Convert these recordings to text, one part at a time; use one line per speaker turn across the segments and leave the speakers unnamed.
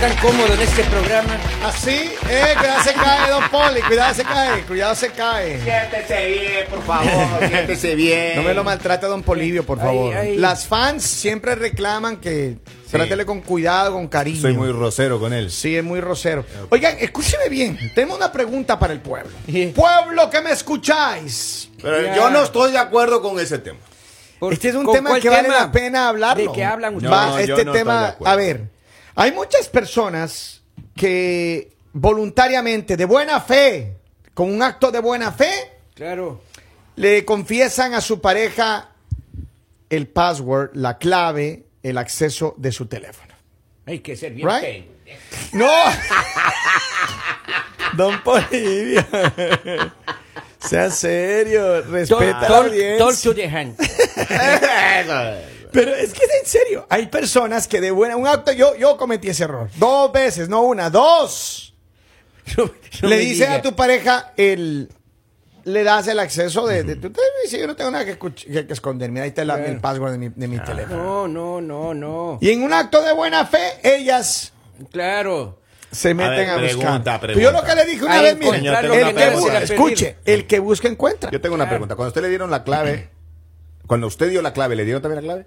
tan cómodo en este programa.
Así, eh, cuidado se cae, don Poli, cuidado se cae, cuidado se cae.
Siéntese bien, por favor, siéntese bien.
No me lo maltrate, don Polivio, por favor.
ay.
Las fans siempre reclaman que trátele con cuidado, con cariño.
Soy muy rosero con él.
Sí, es muy rosero. Oigan, escúcheme bien. Tengo una pregunta para el pueblo. Pueblo que me escucháis.
Pero
Ya.
yo no estoy de acuerdo con ese tema.
Por-
Este es un
¿con
tema
cuál
que vale la pena hablarlo.
¿De qué hablan ustedes?
Va,
No, yo
este
no estoy de
tema,
acuerdo.
a ver, hay muchas personas que voluntariamente, de buena fe, con un acto de buena fe,
Claro.
le confiesan a su pareja el password, la clave, el acceso de su teléfono.
Hay que ser bien
Right?
pendejo.
¡No! Don Polivio. Sea serio,
Talk,
respeta
talk- talk to the hand.
Pero es que es en serio. Hay personas que de buena. Un acto, yo, yo cometí ese error. Dos veces, no una, dos.
No- no
le
me
dices
diga.
a tu pareja el. Le das el acceso de. de tu teléfono y dice, yo no tengo nada que, escuch- que- que esconder. Mira, ahí está la-
Claro.
el password de mi, de mi teléfono.
No, no, no, no.
Y en un acto de buena fe, ellas
Claro.
se meten
ver,
a,
pregunta,
buscar.
pregunta.
Yo lo que le dije una
Ahí
vez, mire,
encontrar lo
el
que
que
quieres
bu-
ir a pedir.
escuche, el que busca encuentra.
Yo tengo una pregunta. Cuando usted le dieron la clave, cuando usted dio la clave, ¿le dieron también la clave?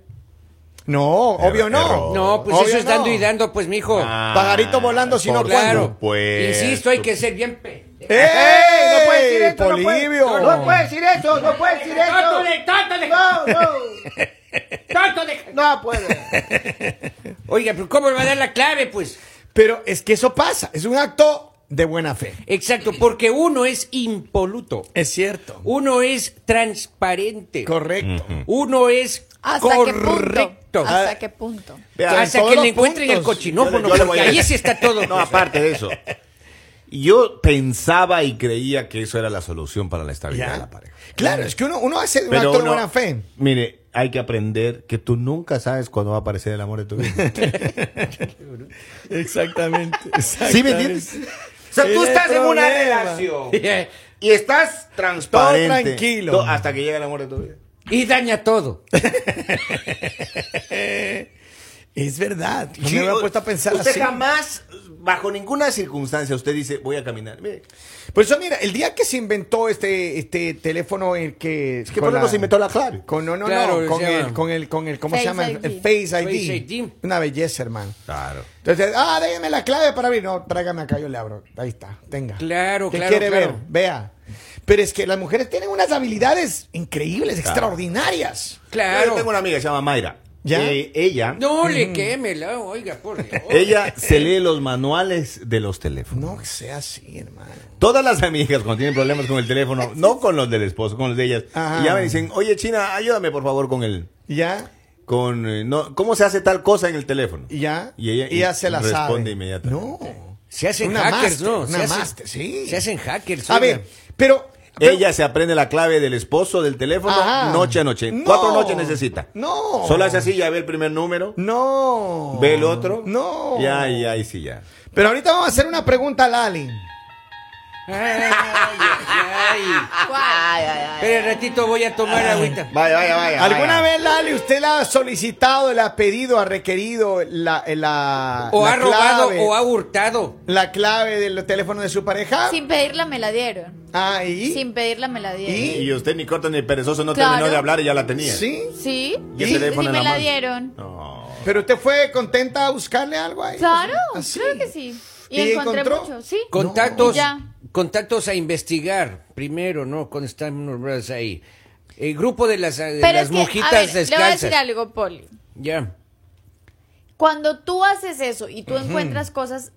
No,
Pero-
obvio no.
pero-
No, pues
Oh, Obvio
eso es dando
no. Ah,
y dando, pues, mijo.
Pajarito volando, si no,
por
¿cuándo?
claro.
supuesto.
Insisto, hay que ser bien pendejo.
¡Ey!
¡Ey! No puede decir esto, no puede-
Polibio.
No puede decir eso, no puede decir eso.
¡Tátale, tátale!
No, no,
¡Tátale!
no puede.
Oiga, pero ¿cómo le va a dar la clave, pues?
Pero es que eso pasa, es un acto de buena fe.
Exacto, porque uno es impoluto.
Es cierto.
Uno es transparente.
Correcto.
Mm. Uno es
¿Hasta qué
correcto. Ah,
punto? ¿Hasta qué punto?
Vea,
Hasta
todos
que
los
le encuentren
puntos.
el cochinófono,
Yo le voy
pues, porque
a-
ahí sí está todo.
No, aparte de eso. Yo pensaba y creía que eso era la solución para la estabilidad de la pareja.
Claro, es que uno, uno hace un acto de
uno-
buena fe.
Mire, hay que aprender que tú nunca sabes cuándo va a aparecer el amor de tu vida.
Exactamente.
¿Sí me entiendes? O sea,
Ese
tú
es
estás en una
problema.
relación
y
y estás transparente.
tranquilo.
to- Hasta que llega el amor de tu vida.
daña todo.
Es verdad. No
Sí,
me había
o-
puesto a pensar
Usted
así.
jamás, bajo ninguna circunstancia, usted dice, voy a caminar. Mire,
Por eso, mira, el día que se inventó este, este teléfono, el que.
es que
con
por algo
la-
se inventó la clave.
Con, no, no,
Claro,
no. Con
se
el,
llama-
con el, con el, ¿cómo se
Face
llama?
ID.
El Face ID.
Face ID.
Una belleza, hermano.
Claro.
Entonces, ah, déjeme la clave para abrir. No, tráigame acá, yo le abro. Ahí está, tenga.
Claro,
¿Qué
claro,
quiere
claro.
ver? Vea. Pero es que las mujeres tienen unas habilidades increíbles, extraordinarias.
Yo
Claro.
tengo una amiga que se llama Mayra.
¿Ya?
Eh, ella,
No le
Mm.
quémela, oiga, por Dios.
ella se lee los manuales de los teléfonos.
No sea así, hermano.
Todas las amigas cuando tienen problemas con el teléfono, no con los del esposo, con los de ellas,
Ajá.
y ya me dicen, oye China, ayúdame por favor con el,
¿Ya?
con, eh, no, ¿cómo se hace tal cosa en el teléfono?
¿Ya?
Y ella
ya se la sabe.
responde inmediatamente.
No.
Se hacen
Una
hackers,
máster,
¿no?
una
se hacen-
máster, sí.
Se hacen hackers.
A
oiga.
ver, pero... pero-
Ella se aprende la clave del esposo del teléfono
Ajá.
noche a noche.
No.
Cuatro noches necesita.
No.
Solo hace así, ya ve el primer número,
No.
ve el otro.
No.
Ya, ya, y sí, ya.
Pero ahorita vamos a hacer una pregunta a Lali.
Ay, ay, ay.
¿Cuál?
Espera un ratito, voy a tomar
Ah,
agüita.
Vaya, vaya,
Eh,
vaya.
¿Alguna vez, Lali, usted la ha solicitado, le ha pedido, ha requerido la, la
O
la
ha robado
clave?
o ha hurtado.
la clave del teléfono de su pareja.
Sin pedirla me la dieron.
Ah, ¿y?
Sin pedirla me la dieron.
Y usted ni corta ni perezoso no
Claro.
terminó de hablar y ya la tenía.
Sí.
¿Sí?
Y el
sí,
teléfono
sí
en la
me la
mano.
Ah,
dieron.
No.
Pero usted fue contenta a buscarle algo ahí. ¿Ah,
Claro,
Así.
claro que sí. Y,
¿Y
encontré
encontró?
mucho, sí.
Contactos,
Y Ya.
contactos a investigar primero, ¿no? Cuando están nombradas ahí. El grupo de las, de
Pero
las
es que,
monjitas
a ver, le voy a
descalzas.
decir algo, Poli.
Ya.
Cuando tú haces eso y tú encuentras cosas,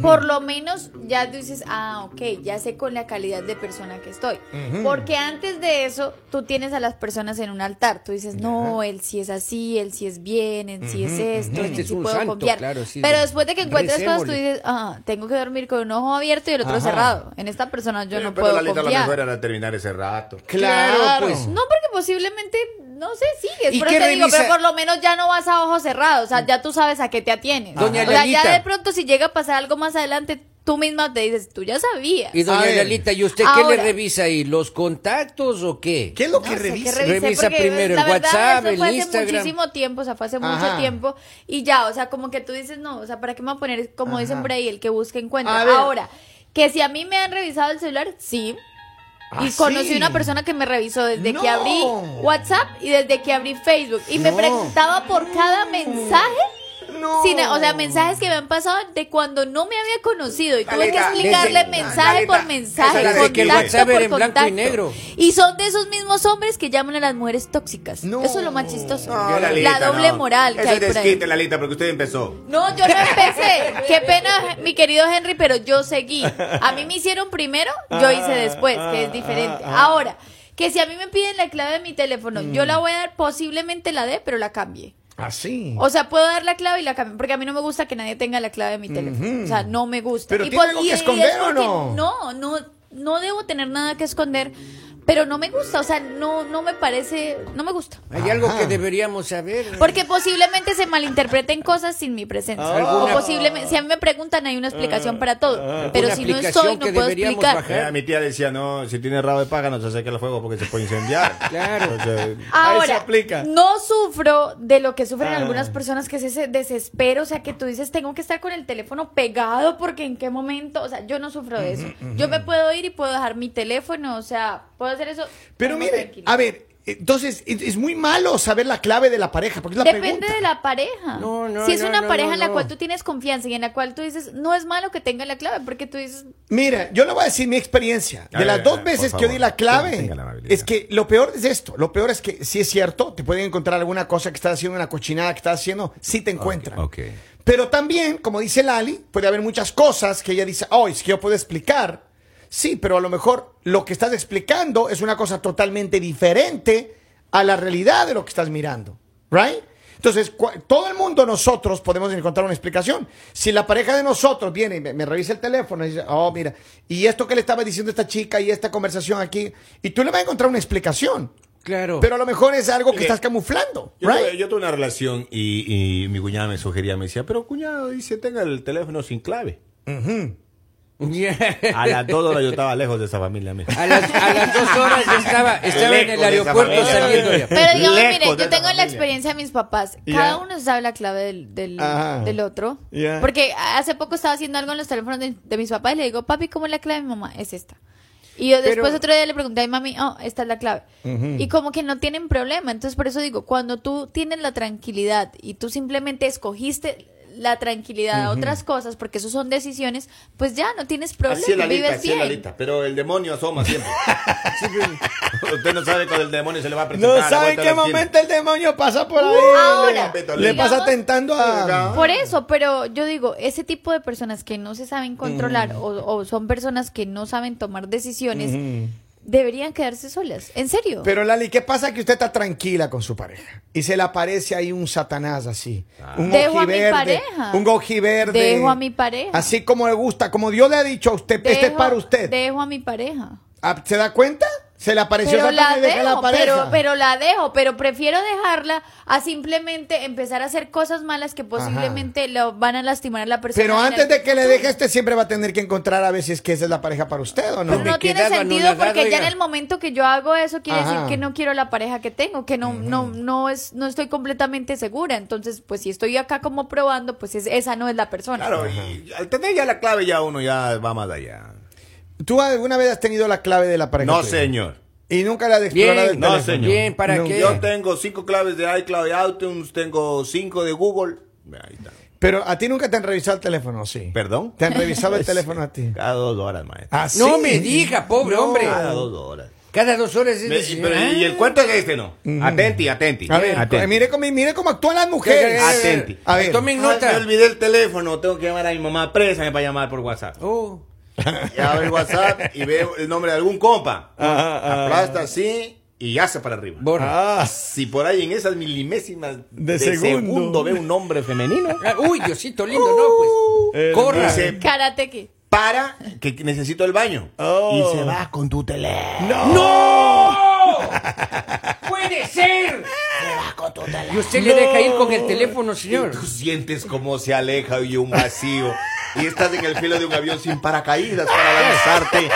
por lo menos ya tú dices, ah, ok, ya sé con la calidad de persona que estoy. Porque antes de eso, tú tienes a las personas en un altar. Tú dices, no, él sí es así, él sí es bien, él sí es esto, en
Este
él
es
sí
un
puedo
santo,
confiar.
claro, sí,
Pero
de-
después de que encuentras cosas, tú
recémosle.
dices, ah, tengo que dormir con un ojo abierto y el otro
Ajá.
cerrado. En esta persona yo
Pero-
no
Eh, pero
puedo
Lalita, lo mejor
confiar.
era terminar ese rato.
Claro,
Claro,
pues.
pues.
No, porque posiblemente, no sé, sigues.
¿Y
Por
qué
eso te digo,
revisa-
pero por lo menos ya no vas a ojos cerrados. O sea, ya tú sabes a qué te atienes.
Doña
o sea, ya
Lalita.
de pronto, si llega a pasar algo más adelante, tú misma te dices, tú ya sabías.
Y doña
A ver.
Lalita, ¿y usted qué
Ahora.
le revisa ahí? ¿Los contactos o qué?
¿Qué es lo
No
que
sé qué
revisa?
revisé,
Revisa
porque
primero
la
el
verdad,
WhatsApp,
eso fue
el Instagram.
hace muchísimo tiempo, o sea, fue hace mucho
Ajá.
tiempo. Y ya, o sea, como que tú dices, no, o sea, ¿para qué me voy a poner, como dicen por ahí, el que busca encuentra?
A ver.
Ahora, que si a mí me han revisado el celular, sí.
Ah,
y conocí
sí.
una persona que me revisó desde
No.
que abrí WhatsApp y desde que abrí Facebook. Y me
No.
preguntaba por cada mensaje.
No.
sin- e- o sea, mensajes que me han pasado de cuando no me había conocido y tuve que
Lalita,
explicarle
desde-
mensaje
Lalita,
por mensaje,
esa es la de que el
contacto
WhatsApp
por
era en blanco y
contacto.
negro.
Y son de esos mismos hombres que llaman a las mujeres tóxicas.
No.
Eso es lo más chistoso.
No,
la
Lalita,
doble
no.
moral que
Eso
hay
es
por ahí.
desquite, Lalita, porque usted empezó.
No, yo no empecé. Qué pena, mi querido Henry, pero yo seguí. A mí me hicieron primero, yo hice después, que es diferente.
Ah,
Ahora, que si a mí me piden la clave de mi teléfono,
Mm.
yo la voy a dar, posiblemente la dé, pero la cambie.
Ah, Así.
O sea, puedo dar la clave y la cambio, porque a mí no me gusta que nadie tenga la clave de mi teléfono. O sea, no me gusta.
Pero
Y
¿tiene algo que
es
esconder o
porque-
no?
No, no, no debo tener nada que esconder, pero no me gusta, o sea, no, no me parece, no me gusta.
Hay algo
Ajá.
que deberíamos saber.
Porque posiblemente se malinterpreten cosas sin mi presencia.
Alguna- Ah,
O posiblemente, si a mí me preguntan, hay una explicación para todo. Pero
Una
si no
aplicación
estoy, no
que
puedo
deberíamos
explicar.
bajar.
Eh, mi tía decía, no, si tiene rabo de paga no se acerque al fuego porque se puede incendiar.
Claro.
Entonces,
Ahí se
Ahora,
aplica.
no sufro de lo que
Ah.
sufren algunas personas, que es ese desespero, o sea, que tú dices, tengo que estar con el teléfono pegado porque en qué momento, o sea, yo no sufro de eso. Yo me puedo ir y puedo dejar mi teléfono, o sea, puedo hacer eso.
Pero
muy
mire,
tranquila.
a ver, entonces es es muy malo saber la clave de la pareja, porque es la
Depende
pregunta.
de la pareja.
No, no,
si es
no,
una
no,
pareja
no,
en la
no.
cual tú tienes confianza y en la cual tú dices, no es malo que tenga la clave, porque tú dices,
Mira, yo le voy a decir mi experiencia. De
A ver,
las dos
por
veces que yo
favor,
di la
tenga-
clave,
tenga la amabilidad.
es que lo peor es esto. Lo peor es que si es cierto, te pueden encontrar alguna cosa que estás haciendo, una cochinada que estás haciendo, si te encuentran.
ok.
Pero también, como dice Lali, puede haber muchas cosas que ella dice, oh, es que yo puedo explicar. Sí, pero a lo mejor lo que estás explicando es una cosa totalmente diferente a la realidad de lo que estás mirando. ¿Right? Entonces, cua- todo el mundo nosotros podemos encontrar una explicación. Si la pareja de nosotros viene y me, me revisa el teléfono y dice, oh, mira, y esto que le estaba diciendo esta chica y esta conversación aquí, y tú le vas a encontrar una explicación.
Claro.
Pero a lo mejor es algo que
Mire,
estás camuflando.
Oh. Yo, tuve,
¿Right?
yo tuve una relación y, y mi cuñada me sugería, me decía, pero cuñado, dice, tenga el teléfono sin clave.
Ya.
A las dos horas yo estaba lejos de esa familia mía.
A las, a las dos horas yo estaba, estaba en el
Lejos de esa
aeropuerto
familia.
saliendo ya.
Pero digamos,
Lejos
mire,
de
yo
la
tengo la
familia.
experiencia de mis papás. Cada
Ya.
uno sabe la clave del, del,
Ajá.
del otro.
Ya.
Porque hace poco estaba haciendo algo en los teléfonos de, de mis papás y le digo, papi, ¿cómo es la clave de mi mamá? Es esta. Y yo después
Pero-
otro día le pregunté a mi mami, oh, esta es la clave. Y como que no tienen problema. Entonces, por eso digo, cuando tú tienes la tranquilidad y tú simplemente escogiste la tranquilidad a otras cosas, porque eso son decisiones, pues ya no tienes problema,
Así es la lista,
vives
así es la
bien.
lista. Pero el demonio asoma siempre. Usted no sabe cuando el demonio se le va a presentar.
No
a la
sabe en
vuelta de
qué
la esquina.
momento el demonio pasa por ahí.
Uh, Ahora,
le,
digamos-
pasa tentando a.
Por eso, pero yo digo, ese tipo de personas que no se saben controlar o, o son personas que no saben tomar decisiones, deberían quedarse solas. ¿En serio?
Pero Lali, ¿qué pasa que usted está tranquila con su pareja? Y se le aparece ahí un satanás así. Un
Dejo a mi
ojiverde,
pareja.
Un ojiverde.
Dejo a mi pareja.
Así como le gusta, como Dios le ha dicho a usted, este es
Dejo-
para usted.
Dejo a mi pareja.
Ah, ¿Se da cuenta? Se le apareció
Pero la
Satanás y deja
dejo, pero, pero la dejo, pero prefiero dejarla a simplemente empezar a hacer cosas malas que posiblemente lo van a lastimar a la persona.
Pero
en
antes
el
de que le
futuro.
deje, usted siempre va a tener que encontrar a ver si es que esa es la pareja para usted o no.
Pues
Me
no
he
tiene
quedado
sentido
anonadado,
porque ya en
oiga.
el momento que yo hago eso quiere
Ajá.
decir que no quiero la pareja que tengo, que no no no es no estoy completamente segura, entonces pues si estoy acá como probando, pues es- esa no es la persona.
Claro, y al tener ya la clave, ya uno ya va más allá.
¿Tú alguna vez has tenido la clave de la pareja?
No,
tuya?
señor.
Y nunca la has explorado
Bien,
el
no,
teléfono?
señor.
Bien, ¿para
No.
qué?
Yo tengo cinco claves de iCloud y iTunes, tengo cinco de Google. Ahí está.
Pero a ti nunca te han revisado el teléfono, sí.
¿Perdón?
Te han revisado el teléfono a ti.
Cada dos horas, maestro.
¿Ah, sí?
No me diga, pobre hombre.
Cada dos horas.
Cada dos horas es "Ah,
Me- y- pero- y el cuento es este, ¿no? Atenti, atenti.
A ver,
atenti.
eh, mire cómo, mire cómo actúan las mujeres.
Ah,
Atenti.
A ver. Ah,
Tomen
Ay, me
nota.
olvidé el teléfono, tengo que llamar a mi mamá presa para llamar por WhatsApp.
Oh,
Y abro el WhatsApp y veo el nombre de algún compa. Aplasta así y ya se para arriba.
borra.
Ah,
Si por ahí en esas milimésimas
De
de,
segundo.
segundo. ve un nombre femenino,
Ah, uy, Diosito lindo, no, pues. Corra.
dice,
Karate Kid.
para que necesito el baño. Y se va con tu teléfono.
¡Puede ser! Y usted le deja ir con el teléfono,
Y
señor.
tú sientes cómo se aleja y un vacío. y estás en el filo de un avión sin paracaídas para lanzarte.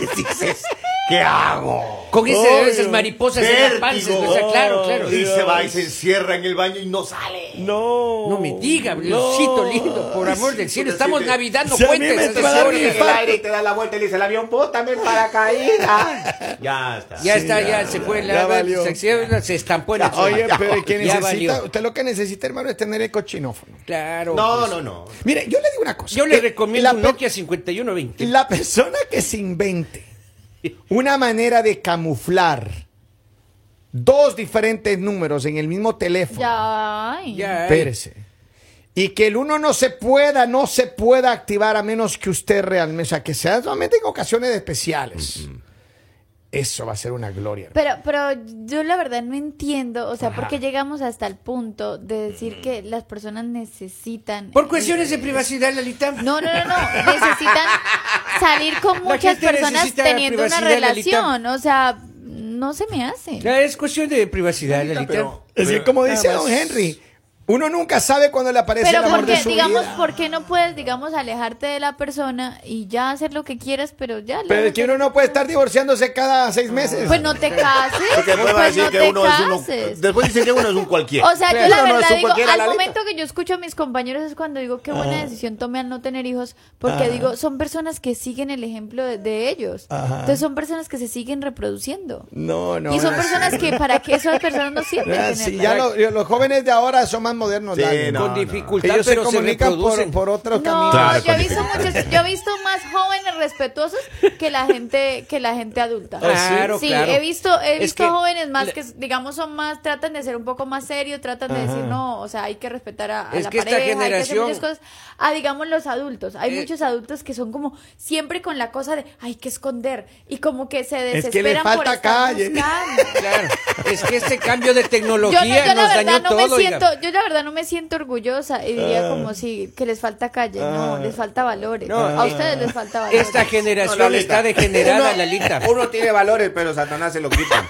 Y dices, ¿qué hago?
Con ese,
Obvio.
esas mariposas en la panza,
Vértigo.
o sea, claro, claro.
Y se va y se encierra en el baño y no sale.
No.
No me diga, Diosito lindo, por amor del cielo, estamos
sí,
navidando
si a mí
puentes.
me
o sea,
va a dar
ahora-
un
En el aire y te da la vuelta y le dice el avión, puta, me paracaídas.
Ya está.
Ya
Sí,
está, ya,
ya,
se fue
ya,
la
ya valió.
se, se estampó en el suelo.
Oye, pero ¿y ¿qué
Ya
necesita?
valió.
Usted lo que necesita, hermano, es tener el cochinófono.
Claro.
No,
pues,
no, no.
Mire, yo le digo una cosa.
Yo le
Eh,
recomiendo
la
un
pe-
Nokia 5120.
La persona que se invente una manera de camuflar dos diferentes números en el mismo teléfono.
Ya. ay.
Ya, eh.
Espérese. Y que el uno no se pueda, no se pueda activar a menos que usted realmente, o sea, que sea solamente en ocasiones especiales. Eso va a ser una gloria. hermano.
Pero, pero yo la verdad no entiendo, o sea, ¿por qué llegamos hasta el punto de decir que las personas necesitan... eh,
Por cuestiones de privacidad, Lalita.
No, no, no, no, necesitan salir con muchas
gente
personas
necesita
teniendo una
privacidad, Lalita.
relación, o sea, no se me hace.
Ya, es cuestión de privacidad, Lalita.
Pero-
Es que
pero-
como dice don Henry, uno nunca sabe cuando le aparece
Pero
el amor de
porque,
su
digamos,
vida.
¿por qué no puedes, digamos, alejarte de la persona y ya hacer lo que quieras, pero ya...
Pero es
lejos
que
de-
uno no puede estar divorciándose cada seis meses.
Pues no te cases,
Porque después van a
pues
decir
no
que
te
uno es uno.
cases.
Después dicen que uno es un cualquiera.
O sea, yo la
Claro, no,
verdad
eso
digo,
cualquiera,
al
Lalita.
momento que yo escucho a mis compañeros es cuando digo qué buena decisión tomé al no tener hijos, porque digo, son personas que siguen el ejemplo de, de ellos.
Ajá.
Entonces son personas que se siguen reproduciendo.
No, no.
y son
no,
personas
sí.
que para qué esas personas no sirven.
Ah,
tener
sí, ya
pareja.
lo- los jóvenes de ahora son más modernos.
Sí,
Lali.
no,
con
no.
dificultad,
Ellos se
pero se,
comunican por,
reproducen.
por otros
No,
caminos.
Claro,
yo, he
con
visto
dificultad.
muchos- yo he visto más jóvenes respetuosos que la gente que la gente adulta.
Claro,
sí,
claro.
he visto he
Es
visto
que
jóvenes más
la-
que digamos son más tratan de ser un poco más serios, tratan de decir no, o sea, hay que respetar a, a
Es
la
que esta
pareja, hay que hacer
generación-
muchas cosas. A digamos los adultos, hay
Eh.
muchos adultos que son como siempre con la cosa de hay que esconder y como que se
Es
desesperan
que le
por
falta
estar
calle.
buscando.
Claro, es que este cambio de
Yo, no-
tecnología
yo la
nos dañó
verdad no
todo.
me
oiga.
siento, yo la verdad no me siento orgullosa y
Ah.
diría como si que les falta calle, no, les falta valores.
ah.
a ustedes les falta valores.
Esta generación
No, Lalita.
está degenerada,
Uno-
Lalita.
Uno tiene valores, pero Satanás se lo quita.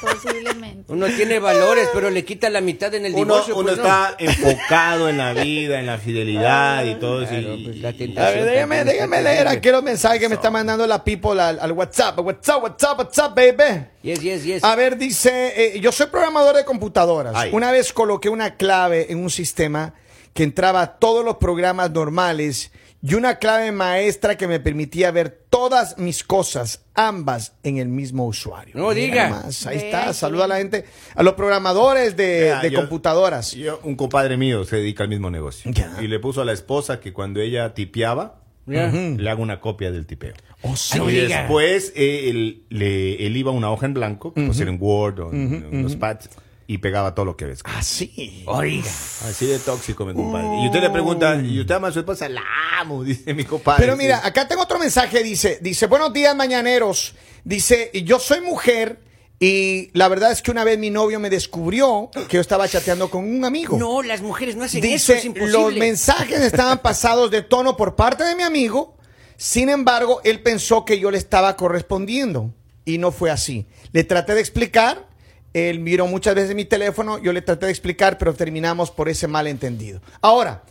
Posiblemente.
Uno tiene valores, pero le quita la mitad en el
Uno,
divorcio.
uno
pues, no.
está enfocado en la vida, en la fidelidad y todo eso. y-
Claro, pues, la
y-
tentación.
A ver, déjame, déjame leer aquí los mensajes que me está mandando la people al, al WhatsApp. WhatsApp, WhatsApp, WhatsApp, baby.
Yes, yes, yes.
A ver, dice, eh, yo soy programador de computadoras.
Ay.
Una vez coloqué una clave en un sistema que entraba a todos los programas normales y una clave maestra que me permitía ver todas mis cosas, ambas en el mismo usuario.
No diga.
más, Ahí
Vea,
está,
qué
saluda a la
bien.
gente, a los programadores de,
Vea,
de
yo-
computadoras.
Yo- un compadre mío se dedica al mismo negocio.
Ya.
Y le puso a la esposa que cuando ella tipeaba,
Ya.
le hago una copia del tipeo.
Oh, sí.
no
y
diga.
después eh, él, le, él iba a una hoja en blanco, pues era en Word o en, en los pads, y pegaba todo lo que ves.
Ah, sí.
Oiga.
Así de tóxico, mi compadre. Y usted le pregunta, ¿y usted ama a su esposa? La amo, dice mi compadre.
Pero mira,
Sí.
acá tengo otro mensaje, dice, dice, buenos días mañaneros, dice, yo soy mujer y la verdad es que una vez mi novio me descubrió que yo estaba chateando con un amigo.
No, las mujeres no hacen eso, es
dice,
imposible.
los mensajes estaban pasados de tono por parte de mi amigo, sin embargo, él pensó que yo le estaba correspondiendo y no fue así. Le traté de explicar. Él miró muchas veces mi teléfono, yo le traté de explicar, pero terminamos por ese malentendido. Ahora,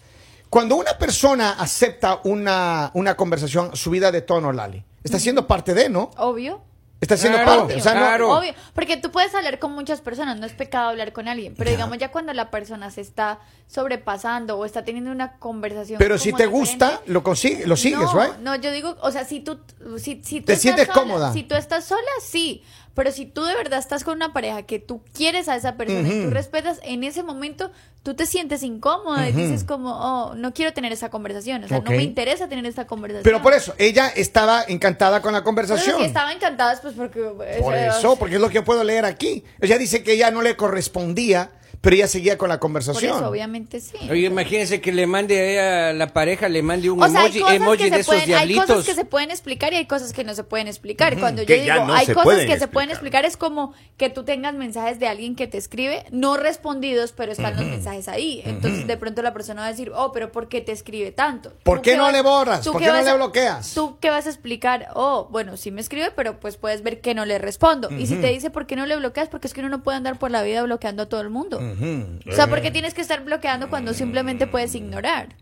cuando una persona acepta una, una conversación subida de tono, Lali, está siendo parte de, ¿no?
Obvio.
Está siendo
Claro,
parte. O sea, no-
claro.
Obvio, porque tú puedes hablar con muchas personas, no es pecado hablar con alguien, pero digamos ya cuando la persona se está sobrepasando o está teniendo una conversación.
pero si
como
te
diferente,
gusta, lo consigues, lo sigues,
no,
¿right?
No, yo digo, o sea, si tú, si, si tú
¿Te
estás
sientes
sola-
cómoda?
Si tú estás sola, sí. Pero si tú de verdad estás con una pareja que tú quieres a esa persona y tú respetas, en ese momento tú te sientes incómoda y dices como, oh, no quiero tener esa conversación, o sea,
Ok.
no me interesa tener esta conversación.
Pero por eso, ella estaba encantada con la
Pero
conversación.
si estaba encantadas, pues porque... eh,
Por
eh,
eso, porque es lo que puedo leer aquí. Ella dice que ella no le correspondía, pero ella seguía con la
Por
conversación.
eso, obobviamente sí.
Oye, imagínense que le mande a ella, la pareja, le mande un
O sea, hay
emoji,
cosas,
emoji
que
de
se
esos
pueden, hay
diablitos.
cosas que se pueden explicar y hay cosas que no se pueden explicar. Cuando yo
que ya
digo,
no
hay
se
cosas que
pueden
se pueden
explicar.
explicar, es como que tú tengas mensajes de alguien que te escribe, no respondidos, pero están los mensajes ahí. Entonces, de pronto la persona va a decir, oh, pero ¿por qué te escribe tanto?
¿Por
¿Tú
qué no
vas-
le borras?
tú
¿Por
qué
qué no
vas
le
a-
bloqueas?
¿Tú qué vas a explicar? Oh, bueno, sí me escribe, pero pues puedes ver que no le respondo. Y si te dice, ¿por qué no le bloqueas? Porque es que uno no puede andar por la vida bloqueando a todo el mundo.
Hmm.
O
Eh.
sea, ¿por qué tienes que estar bloqueando cuando simplemente puedes ignorar?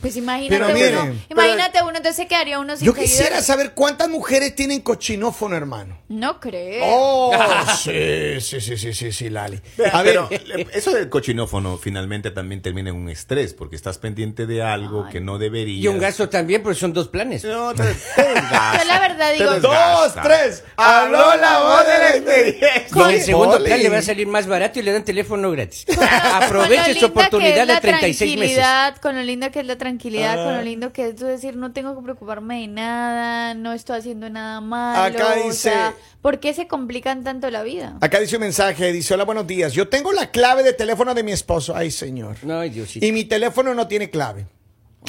Pues imagínate
Pero miren,
uno, imagínate uno, entonces se quedaría uno sin
Yo quisiera
seguidores.
saber cuántas mujeres tienen cochinófono, hermano.
No creo.
Oh, sí, sí, sí, sí, sí, sí, Lali. A ver,
Pero eh, eso del cochinófono finalmente también termina en un estrés, porque estás pendiente de algo que no deberías.
Y un gasto también, porque son dos planes.
No, te, te desgasta,
Yo la verdad
te
digo-
dos,
desgasta.
tres. Habló la voz de la experiencia.
Con el segundo
Oli.
plan le va a salir más barato y le dan teléfono gratis.
Con lo
Aproveche su
linda que
oportunidad
es la
de 36 meses.
tranquilidad, Con lo linda que es la tranquilidad, con
Ah.
lo lindo que es tú decir, no tengo que preocuparme de nada, no estoy haciendo nada malo.
Acá
o sea,
dice-
¿Por qué se complican tanto la vida?
Acá dice un mensaje, dice, hola, buenos días. Yo tengo la clave de teléfono de mi esposo. Ay, señor.
No, Diosito.
Y mi teléfono no tiene clave.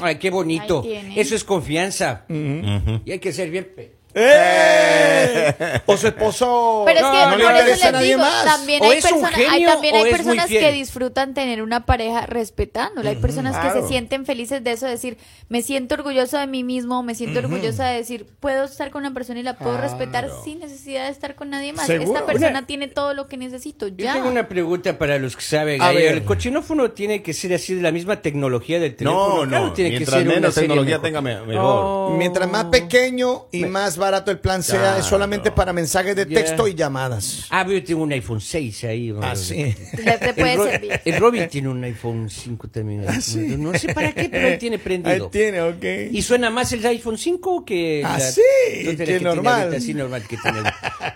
Ay, qué bonito.
Ahí tiene.
Eso es confianza. Y hay que ser bien. pe-
¡Eh! O su esposo...
Pero es que
No, no le
por
interesa
eso
a
les
nadie
digo,
más.
también
O
hay,
es un
persona- hay-
genio
también
o
hay
es muy
personas
fiel.
que disfrutan tener una pareja respetándola. Hay personas que
claro.
se sienten felices de eso, decir, me siento orgulloso de mí mismo, me siento orgullosa de decir, puedo estar con una persona y la puedo respetar sin necesidad de estar con nadie más.
Seguro.
Esta persona
Una-
tiene todo lo que necesito,
Yo
ya.
tengo una pregunta para los que saben.
A
Ahí,
ver.
El cochinófono tiene que ser así de la misma tecnología del teléfono.
No,
Claro,
no.
tiene que
Mientras
ser una
menos
serie
tecnología
mejor.
tenga, me- mejor.
Oh.
Mientras más pequeño y más barato el plan sea, es solamente para mensajes de
Ya.
texto y llamadas.
Ah, pero yo tengo un iPhone 6 ahí.
Ah,
¿no?
Así.
Le- te puede
el, Ro-
servir.
el Robin tiene un iPhone 5 también.
Ah,
No sé para qué, pero él tiene prendido.
Ahí tiene, ok.
¿Y suena más el iPhone 5 que
Ah,
la-
sí,
entonces la
que
tiene
normal.
ahorita, sí, normal que tiene.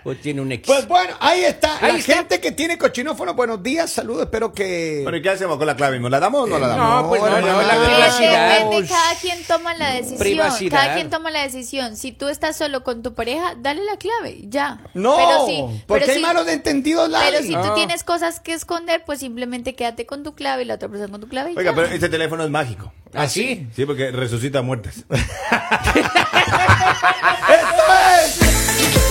o tiene un X.
Pues bueno, ahí está.
Ahí
la
está.
gente que tiene cochinófono, buenos días, saludos, espero que...
Pero ¿y qué hacemos con la clave? ¿No la damos o no la damos?
no, pues no,
Ahora,
no, la
hermano.
Eh,
privacidad. Mm,
Depende, cada quien toma la decisión.
Privacidad.
Cada quien toma la decisión. Si tú estás solo con tu pareja, dale la clave, ya.
No,
pero sí,
porque
pero
hay
sí-
malos de entendidos, Lali.
Pero si
Ah.
tú tienes cosas que esconder, pues simplemente quédate con tu clave y la otra persona con tu
pues,
clave. y
Oiga,
ya.
pero este teléfono es mágico.
Así.
Sí, porque resucita muertes.
¡Esto es!